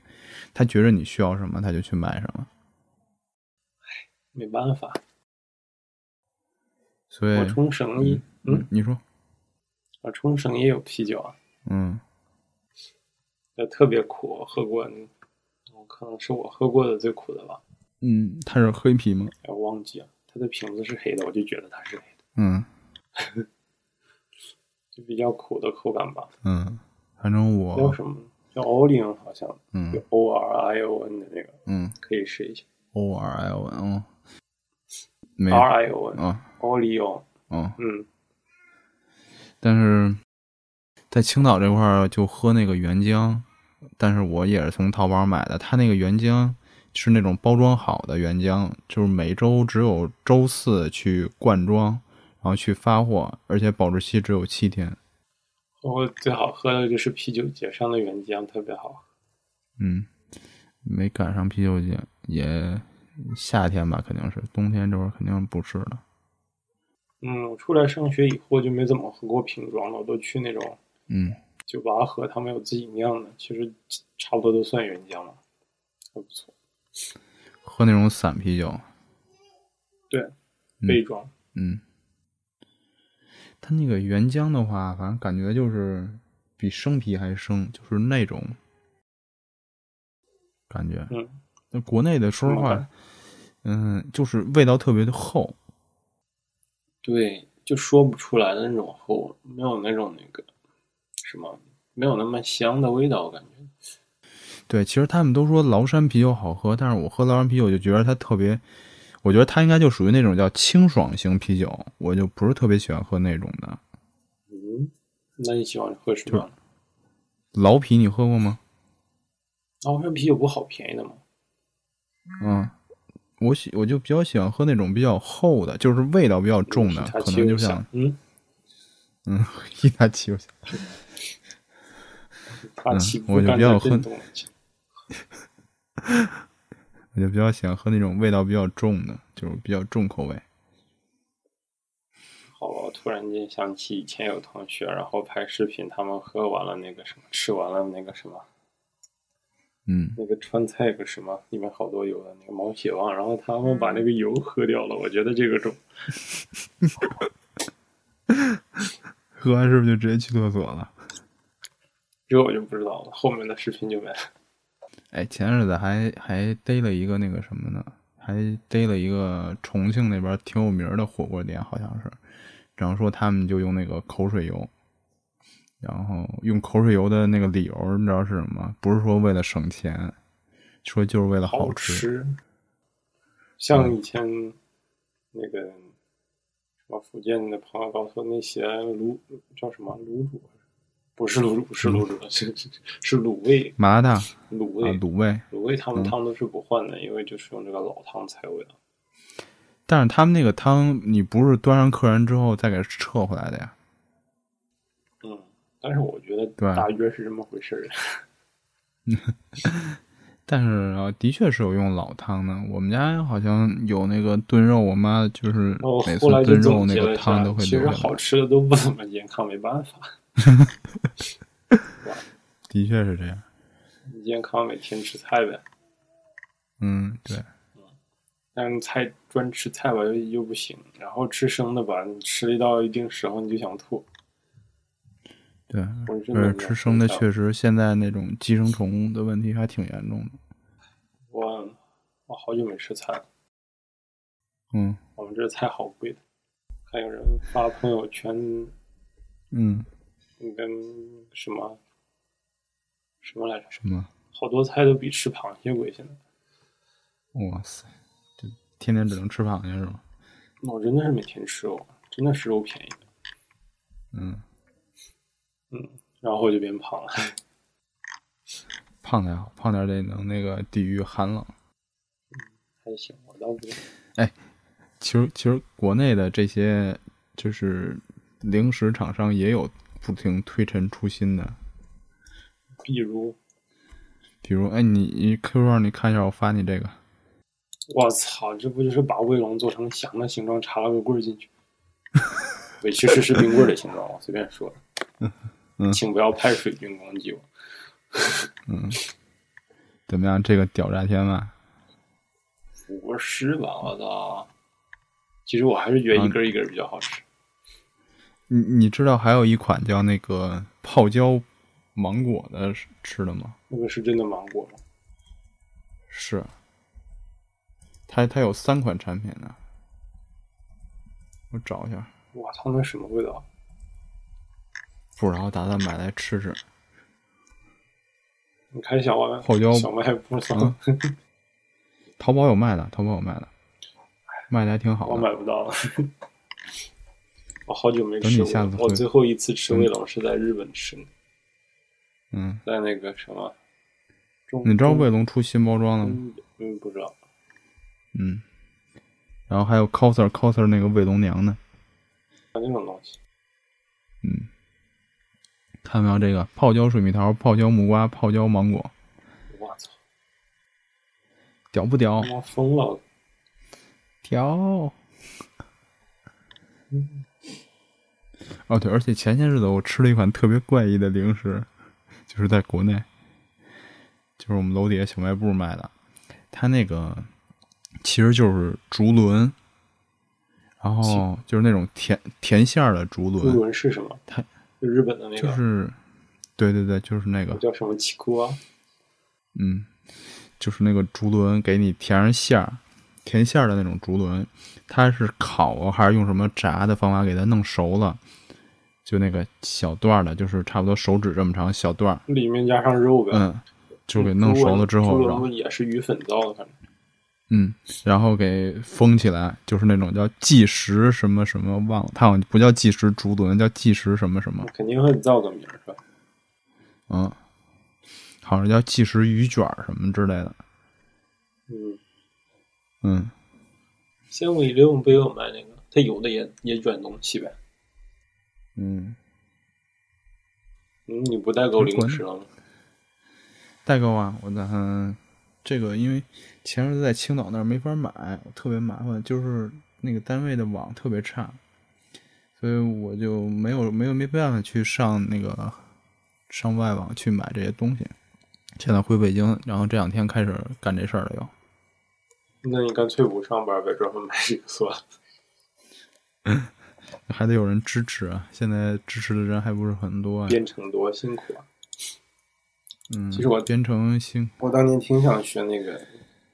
[SPEAKER 1] 他觉着你需要什么，他就去买什么。
[SPEAKER 2] 没办法，
[SPEAKER 1] 所以
[SPEAKER 2] 我，冲绳也，嗯，，
[SPEAKER 1] 你说，
[SPEAKER 2] 我冲绳也有啤酒啊，
[SPEAKER 1] 嗯，
[SPEAKER 2] 那特别苦，我喝过，我可能是我喝过的最苦的吧，
[SPEAKER 1] 嗯，它是黑啤吗？
[SPEAKER 2] 哎，我忘记了，它的瓶子是黑的，我就觉得它是黑的，
[SPEAKER 1] 嗯
[SPEAKER 2] 就比较苦的口感吧。
[SPEAKER 1] 嗯，反正
[SPEAKER 2] 叫
[SPEAKER 1] 我，
[SPEAKER 2] 什么？叫 Olin 好像，
[SPEAKER 1] 嗯
[SPEAKER 2] 就 O R I O N 的那个，
[SPEAKER 1] 嗯
[SPEAKER 2] 可以试一下。
[SPEAKER 1] ，O R L N，哦，没有
[SPEAKER 2] R I O N，
[SPEAKER 1] 啊
[SPEAKER 2] Olion，
[SPEAKER 1] 啊。
[SPEAKER 2] 嗯，
[SPEAKER 1] 但是在青岛这块儿就喝那个原浆，但是我也是从淘宝买的，它那个原浆是那种包装好的原浆，就是每周只有周四去灌装，然后去发货，而且保质期只有七天。
[SPEAKER 2] 我最好喝的就是啤酒节上的原浆，特别好喝。
[SPEAKER 1] 嗯，没赶上啤酒节，也夏天吧，肯定是冬天这会儿肯定不是了。
[SPEAKER 2] 嗯，我出来上学以后就没怎么喝过瓶装的，我都去那种
[SPEAKER 1] 嗯
[SPEAKER 2] 酒吧喝，他们有自己酿的，其实差不多都算原浆了，还不错。
[SPEAKER 1] 喝那种散啤酒，
[SPEAKER 2] 对，杯装，
[SPEAKER 1] 嗯，它那个原浆的话，反正感觉就是比生啤还生，就是那种感觉。
[SPEAKER 2] 嗯，
[SPEAKER 1] 那国内的说实
[SPEAKER 2] 什么
[SPEAKER 1] 话
[SPEAKER 2] 感，
[SPEAKER 1] 嗯，就是味道特别的厚。
[SPEAKER 2] 对，就说不出来的那种厚，没有那种那个什么，没有那么香的味道，我感觉。
[SPEAKER 1] 对，其实他们都说崂山啤酒好喝，但是我喝崂山啤酒就觉得它特别，我觉得它应该就属于那种叫清爽型啤酒，我就不是特别喜欢喝那种的。
[SPEAKER 2] 嗯，那你喜欢喝什么？
[SPEAKER 1] 老啤你喝过吗？
[SPEAKER 2] 崂山哦啤酒不好便宜的吗？
[SPEAKER 1] 嗯，我喜我就比较喜欢喝那种比较厚的，就是味道比较重的，
[SPEAKER 2] 它
[SPEAKER 1] 可
[SPEAKER 2] 其
[SPEAKER 1] 能
[SPEAKER 2] 实
[SPEAKER 1] 就
[SPEAKER 2] 不
[SPEAKER 1] 像
[SPEAKER 2] 嗯，
[SPEAKER 1] 嗯，一打七我想
[SPEAKER 2] 它岂
[SPEAKER 1] 嗯我
[SPEAKER 2] 不
[SPEAKER 1] 就
[SPEAKER 2] 干
[SPEAKER 1] 比较
[SPEAKER 2] 在
[SPEAKER 1] 恨
[SPEAKER 2] 震动了？
[SPEAKER 1] 我就比较喜欢喝那种味道比较重的，就是比较重口味。
[SPEAKER 2] 好吧，我突然间想起以前有同学，然后拍视频，他们喝完了那个什么，吃完了那个什么，
[SPEAKER 1] 嗯，
[SPEAKER 2] 那个川菜个什么，里面好多油的那个毛血旺，然后他们把那个油喝掉了，我觉得这个种
[SPEAKER 1] 喝完是不是就直接去厕所了？
[SPEAKER 2] 这我就不知道了，后面的视频就没了。
[SPEAKER 1] 哎，前日子还还逮了一个那个什么呢？还逮了一个重庆那边挺有名儿的火锅店，好像是，然后说他们就用那个口水油，然后用口水油的那个理由，你知道是什么吗？不是说为了省钱，说就是为了好吃。嗯
[SPEAKER 2] 吃，像以前那个什么福建的朋友告诉我，那些卤叫什么卤煮，啊不是卤煮，是卤煮， 是是是卤味，
[SPEAKER 1] 麻辣烫嗯啊，嗯
[SPEAKER 2] 卤味，
[SPEAKER 1] 卤味，
[SPEAKER 2] 卤味他们汤都是不换的，因为就是用这个老汤才啊味道。
[SPEAKER 1] 但是他们那个汤，你不是端上客人之后再给撤回来的呀？
[SPEAKER 2] 嗯，但是我觉得
[SPEAKER 1] 对啊
[SPEAKER 2] 大约是这么回 事儿。
[SPEAKER 1] 但是啊，的确是有用老汤的。我们家好像有那个炖肉，我妈就是
[SPEAKER 2] 我
[SPEAKER 1] 每次
[SPEAKER 2] 哦后来就
[SPEAKER 1] 炖肉
[SPEAKER 2] 总
[SPEAKER 1] 那
[SPEAKER 2] 结了
[SPEAKER 1] 个
[SPEAKER 2] 一
[SPEAKER 1] 汤
[SPEAKER 2] 下
[SPEAKER 1] 都，会
[SPEAKER 2] 其
[SPEAKER 1] 留
[SPEAKER 2] 实
[SPEAKER 1] 下
[SPEAKER 2] 好
[SPEAKER 1] 来。
[SPEAKER 2] 吃的都不怎么健康，没办法，
[SPEAKER 1] 的确是这样。
[SPEAKER 2] 健康每天吃菜呗。
[SPEAKER 1] 嗯，对。
[SPEAKER 2] 但是菜专吃菜吧又不行，然后吃生的吧，你吃到一定时候你就想吐。
[SPEAKER 1] 对，
[SPEAKER 2] 我真
[SPEAKER 1] 而
[SPEAKER 2] 的
[SPEAKER 1] 且吃生的确实现在那种寄生虫的问题还挺严重的。
[SPEAKER 2] 我我好久没吃菜了，
[SPEAKER 1] 嗯
[SPEAKER 2] 我们这菜好贵的。还有人发朋友圈
[SPEAKER 1] 嗯，
[SPEAKER 2] 跟什么什么来着？
[SPEAKER 1] 什么？
[SPEAKER 2] 好多菜都比吃螃蟹贵。现在
[SPEAKER 1] 哇塞，就天天只能吃螃蟹是吗？
[SPEAKER 2] 我真的是每天吃肉，真的是肉便宜的。
[SPEAKER 1] 嗯，
[SPEAKER 2] 然后我就变胖了。
[SPEAKER 1] 胖点好，胖点得能那个抵御寒冷。
[SPEAKER 2] 还行，我倒不
[SPEAKER 1] 其实其实国内的这些就是零食厂商也有不停推陈出新的，
[SPEAKER 2] 比如，
[SPEAKER 1] 比如哎你你 QQ 上你看一下我发你这个，
[SPEAKER 2] 我操，这不就是把卫龙做成翔的形状，插了个棍儿进去？委曲实施冰棍儿的形状，我随便说的。
[SPEAKER 1] 嗯
[SPEAKER 2] 请不要派水军攻击我。
[SPEAKER 1] 怎么样？这个屌炸天啊外！
[SPEAKER 2] 不是吧，我操！其实我还是觉得一根儿一根儿比较好吃。
[SPEAKER 1] 你你知道还有一款叫那个泡椒芒果的是吃的吗？
[SPEAKER 2] 那个是真的芒果吗？
[SPEAKER 1] 是，它它有三款产品呢，我找一下，
[SPEAKER 2] 我操，那什么味道？
[SPEAKER 1] 不知道打算买来吃吃。
[SPEAKER 2] 你看小卖
[SPEAKER 1] 泡椒
[SPEAKER 2] 小卖部操，
[SPEAKER 1] 嗯淘宝有卖的，淘宝有卖的，卖的还挺好
[SPEAKER 2] 我
[SPEAKER 1] 的。
[SPEAKER 2] 买不到了。 我好久没
[SPEAKER 1] 等你
[SPEAKER 2] 吃
[SPEAKER 1] 下
[SPEAKER 2] 过
[SPEAKER 1] 次，
[SPEAKER 2] 我
[SPEAKER 1] 回
[SPEAKER 2] 最后一次吃卫龙是在日本吃的，
[SPEAKER 1] 嗯，
[SPEAKER 2] 在那个什么中，
[SPEAKER 1] 你知道
[SPEAKER 2] 中
[SPEAKER 1] 卫龙出新包装了吗？
[SPEAKER 2] 嗯，嗯，不知道。
[SPEAKER 1] 嗯，然后还有 coser coser 那个卫龙娘呢，
[SPEAKER 2] 像那种东西，
[SPEAKER 1] 嗯，看到没有？这个泡椒水蜜桃、泡椒木瓜、泡椒芒果，
[SPEAKER 2] 我操，
[SPEAKER 1] 屌不屌
[SPEAKER 2] 他？妈疯了！
[SPEAKER 1] 屌！哦对，而且前些日子我吃了一款特别怪异的零食，就是在国内，就是我们楼底下小卖部卖的，它那个其实就是竹轮，然后就是那种甜甜馅儿的哦竹
[SPEAKER 2] 乌
[SPEAKER 1] 轮，
[SPEAKER 2] 伦是什么？
[SPEAKER 1] 它
[SPEAKER 2] 就日本的那个，
[SPEAKER 1] 就是对对对，就是那个
[SPEAKER 2] 叫什么奇锅？
[SPEAKER 1] 嗯，就是那个竹轮给你填上馅儿，填馅儿的那种竹轮，它是烤啊还是用什么炸的方法给它弄熟了？就那个小段儿的，就是差不多手指这么长小段儿，
[SPEAKER 2] 里面加上肉呗。
[SPEAKER 1] 嗯，就给弄熟了之
[SPEAKER 2] 乌
[SPEAKER 1] 后，
[SPEAKER 2] 伦
[SPEAKER 1] 然
[SPEAKER 2] 乌
[SPEAKER 1] 后
[SPEAKER 2] 伦也是鱼粉造的，反正
[SPEAKER 1] 嗯，然后给封起来，就是那种叫计时什么什么忘了，它好像不叫计时竹轮，叫计时什么什么，
[SPEAKER 2] 肯定会造个名儿是吧？
[SPEAKER 1] 嗯，好像叫计时鱼卷儿什么之类的，
[SPEAKER 2] 嗯，
[SPEAKER 1] 嗯，
[SPEAKER 2] 像我一六不也有卖那个？它有的也也卷东西呗。
[SPEAKER 1] 嗯。
[SPEAKER 2] 嗯，你不代购零食了吗？
[SPEAKER 1] 代购啊，我打算这个，因为前日子在青岛那儿没法买，特别麻烦，就是那个单位的网特别差，所以我就没有没有没办法去上那个上外网去买这些东西。现在回北京，然后这两天开始干这事儿了又。
[SPEAKER 2] 那你干脆不上班呗，专门买这个算了。
[SPEAKER 1] 还得有人支持啊！现在支持的人还不是很多啊。
[SPEAKER 2] 编程多辛苦啊！
[SPEAKER 1] 嗯，
[SPEAKER 2] 其实我
[SPEAKER 1] 编程辛，
[SPEAKER 2] 我当年挺想学那个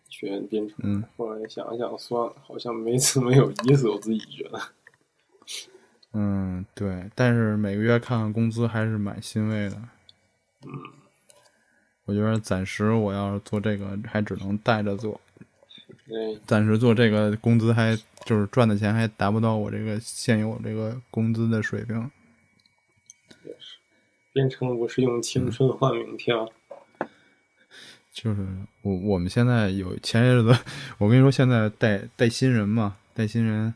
[SPEAKER 2] 学编程，
[SPEAKER 1] 嗯，
[SPEAKER 2] 后来想了想算了，好像没怎么有意思，我自己觉得。
[SPEAKER 1] 嗯，对，但是每个月看看工资还是蛮欣慰的。嗯，我觉得暂时我要是做这个，还只能带着做。
[SPEAKER 2] 那
[SPEAKER 1] 暂时做这个，工资还就是赚的钱还达不到我这个现有这个工资的水平。
[SPEAKER 2] 变成不是用青春换明天吗？
[SPEAKER 1] 就是我我们现在有前些日子，我跟你说，现在带带新人嘛，带新人，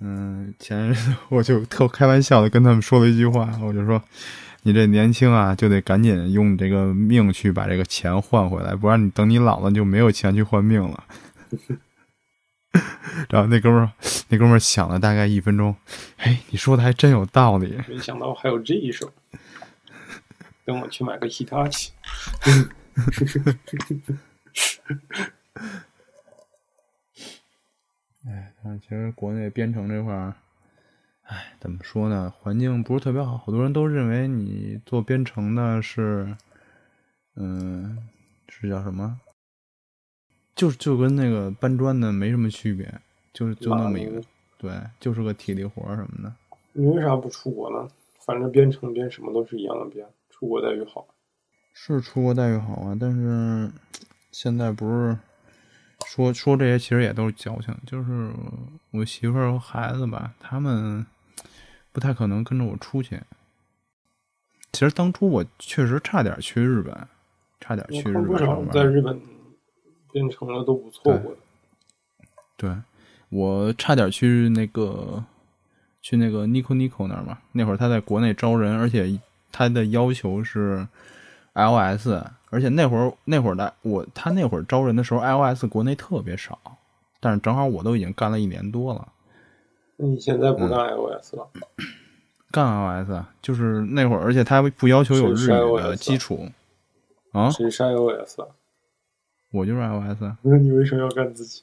[SPEAKER 1] 嗯，前些日子我就特开玩笑的跟他们说了一句话，我就说，你这年轻啊，就得赶紧用你这个命去把这个钱换回来，不然你等你老了就没有钱去换命了。 然后那哥们儿，那哥们儿想了大概一分钟，哎，你说的还真有道理。
[SPEAKER 2] 没想到还有这一手。等我去买个 Hitachi，
[SPEAKER 1] 但啊是其实国内编程这块儿，哎，怎么说呢？环境不是特别好，好多人都认为你做编程的是，嗯、是叫什么？就是就跟那个搬砖的没什么区别，就是就那么一个
[SPEAKER 2] 嗯，
[SPEAKER 1] 对，就是个体力活儿什么的。
[SPEAKER 2] 你为啥不出国呢？反正编程编什么都是一样的编，出国待遇好。
[SPEAKER 1] 是出国待遇好啊，但是现在不是说说这些，其实也都是矫情。就是我媳妇儿和孩子吧，他们不太可能跟着我出去。其实当初我确实差点去日本，差点
[SPEAKER 2] 我
[SPEAKER 1] 去
[SPEAKER 2] 看
[SPEAKER 1] 日
[SPEAKER 2] 不
[SPEAKER 1] 本
[SPEAKER 2] 少
[SPEAKER 1] 上
[SPEAKER 2] 在
[SPEAKER 1] 班。
[SPEAKER 2] 日本编程的都不错
[SPEAKER 1] 对
[SPEAKER 2] 过的。
[SPEAKER 1] 对，我差点去那个去那个 Nico Nico 那儿嘛。那会儿他在国内招人，而且他的要求是 iOS，而且那会儿那会儿的我，他那会儿招人的时候，iOS 国内特别少，但是正好我都已经干了一年多了，
[SPEAKER 2] 那你现在不
[SPEAKER 1] 嗯
[SPEAKER 2] 干 iOS 了？
[SPEAKER 1] 干 iOS 啊就是那会儿，而且他不要求有日
[SPEAKER 2] 谁是
[SPEAKER 1] 语
[SPEAKER 2] iOS 啊
[SPEAKER 1] 的基础啊，
[SPEAKER 2] 谁是 iOS 啊？
[SPEAKER 1] 我就是 iOS 啊。
[SPEAKER 2] 那你为什么要干自己？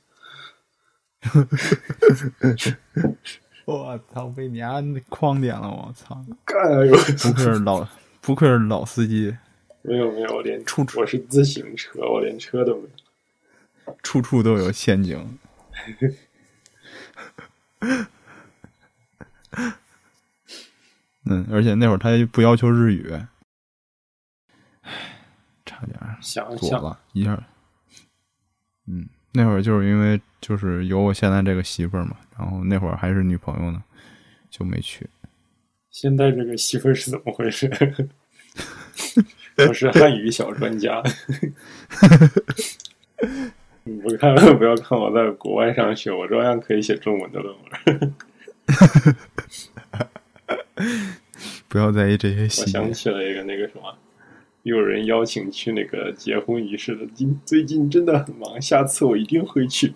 [SPEAKER 1] 我操，被你丫框点了，我操！
[SPEAKER 2] 干 iOS
[SPEAKER 1] 不愧是老，不愧是老司机，
[SPEAKER 2] 没有没有，我连
[SPEAKER 1] 处处
[SPEAKER 2] 我是自行车，我连车都没有。
[SPEAKER 1] 处处都有陷阱。 嗯，而且那会儿他也不要求日语，唉，差点儿
[SPEAKER 2] 想
[SPEAKER 1] 左
[SPEAKER 2] 想
[SPEAKER 1] 了一下。嗯，那会儿就是因为就是有我现在这个媳妇儿嘛，然后那会儿还是女朋友呢，就没去。
[SPEAKER 2] 现在这个媳妇儿是怎么回事？我是汉语小专家。你不看，不要看我在国外上学，我照样可以写中文的论文。
[SPEAKER 1] 不要在意这些
[SPEAKER 2] 我
[SPEAKER 1] 细
[SPEAKER 2] 想
[SPEAKER 1] 节。
[SPEAKER 2] 起了一个那个什么，有人邀请去那个结婚仪式的，今最近真的很忙，下次我一定会去。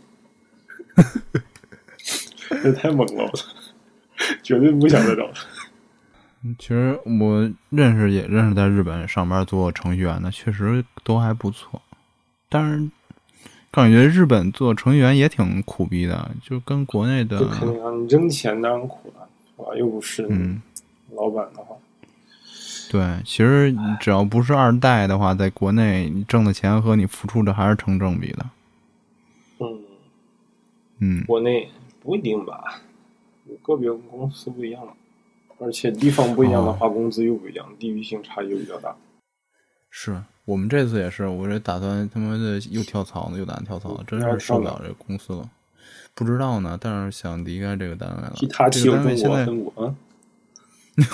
[SPEAKER 2] 这太猛了，我 操绝对不想再找了。
[SPEAKER 1] 其实我认识也认识在日本上班做程序员的，确实都还不错。但是感觉日本做程序员也挺苦逼的，就跟国内的
[SPEAKER 2] 这肯定啊，你挣钱当然苦了，是吧？又不是
[SPEAKER 1] 嗯
[SPEAKER 2] 老板的话，
[SPEAKER 1] 对，其实你只要不是二代的话，在国内你挣的钱和你付出的还是成正比的。
[SPEAKER 2] 嗯，
[SPEAKER 1] 嗯，
[SPEAKER 2] 国内不一定吧，个别公司不一样，而且地方不一样的话，工资又不一样，地域性差异又比较大。
[SPEAKER 1] 嗯是我们这次也是，我这打算他妈的又跳槽了，又打算跳槽了，真
[SPEAKER 2] 要
[SPEAKER 1] 是
[SPEAKER 2] 跳
[SPEAKER 1] 受不
[SPEAKER 2] 哪
[SPEAKER 1] 了这个公司了。不知道呢，但是想离开这个单位了。
[SPEAKER 2] 其他
[SPEAKER 1] 这
[SPEAKER 2] 只有
[SPEAKER 1] 个单
[SPEAKER 2] 中
[SPEAKER 1] 位现
[SPEAKER 2] 国
[SPEAKER 1] 在
[SPEAKER 2] 分国啊。嗯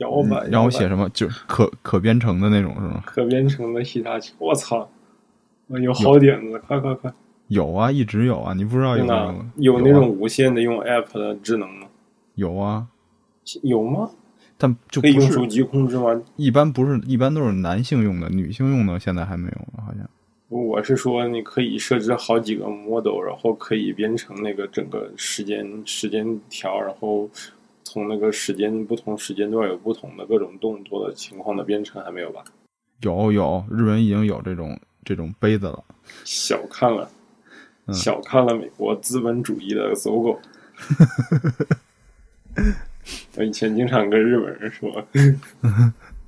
[SPEAKER 2] 摇摆，
[SPEAKER 1] 然后
[SPEAKER 2] 摇摆
[SPEAKER 1] 嗯写什么就是可可编程的那种是吗？
[SPEAKER 2] 可编程的其他，我操！我有好点子，快快快！
[SPEAKER 1] 有啊，一直有啊，你不知道有
[SPEAKER 2] 真
[SPEAKER 1] 没
[SPEAKER 2] 的
[SPEAKER 1] 有？
[SPEAKER 2] 有那
[SPEAKER 1] 啊
[SPEAKER 2] 种无线的用 app 的智能吗？
[SPEAKER 1] 有啊，
[SPEAKER 2] 有吗？
[SPEAKER 1] 但就
[SPEAKER 2] 可以
[SPEAKER 1] 不
[SPEAKER 2] 用
[SPEAKER 1] 是
[SPEAKER 2] 手机控制吗？
[SPEAKER 1] 一般不是一般都是男性用的，女性用的现在还没有呢，好像
[SPEAKER 2] 我是说，你可以设置好几个 model，然后可以编成那个整个时间时间条，然后从那个时间不同时间段有不同的各种动作的情况的编程，还没有吧？
[SPEAKER 1] 有有日本已经有这种这种杯子了。
[SPEAKER 2] 小看了，
[SPEAKER 1] 嗯
[SPEAKER 2] 小看了美国资本主义的 走狗。我以前经常跟日本人说，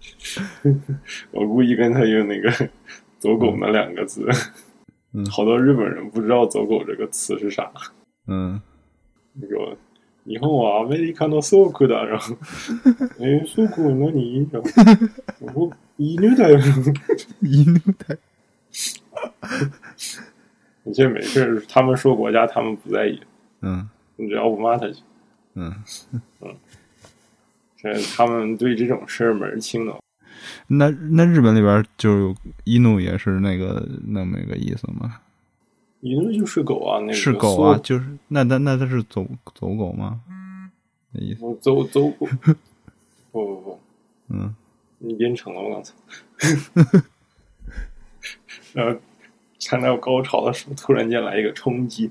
[SPEAKER 2] 我故意跟他用那个“走狗”那两个字。
[SPEAKER 1] 嗯
[SPEAKER 2] 好多日本人不知道“走狗”这个词是啥。
[SPEAKER 1] 嗯，
[SPEAKER 2] 你说，以后啊，没离看到搜狗的，然后，哎，搜狗那你，然后，然后一女的，
[SPEAKER 1] 一路带
[SPEAKER 2] 你这没事儿，他们说国家，他们不在意，
[SPEAKER 1] 嗯
[SPEAKER 2] 你只要不骂他就行。
[SPEAKER 1] 嗯，
[SPEAKER 2] 这呃他们对这种事儿门儿清的。
[SPEAKER 1] 那那日本里边就一怒也是那个那么一个意思吗？
[SPEAKER 2] 一路就是狗啊，那个
[SPEAKER 1] 是狗啊，就是那那那它是走走狗吗？那意思，
[SPEAKER 2] 搜，走走 狗，不不不，
[SPEAKER 1] 嗯，
[SPEAKER 2] 你编程了吗？ 刚才， 然后看到高潮的时候，突然间来一个冲击，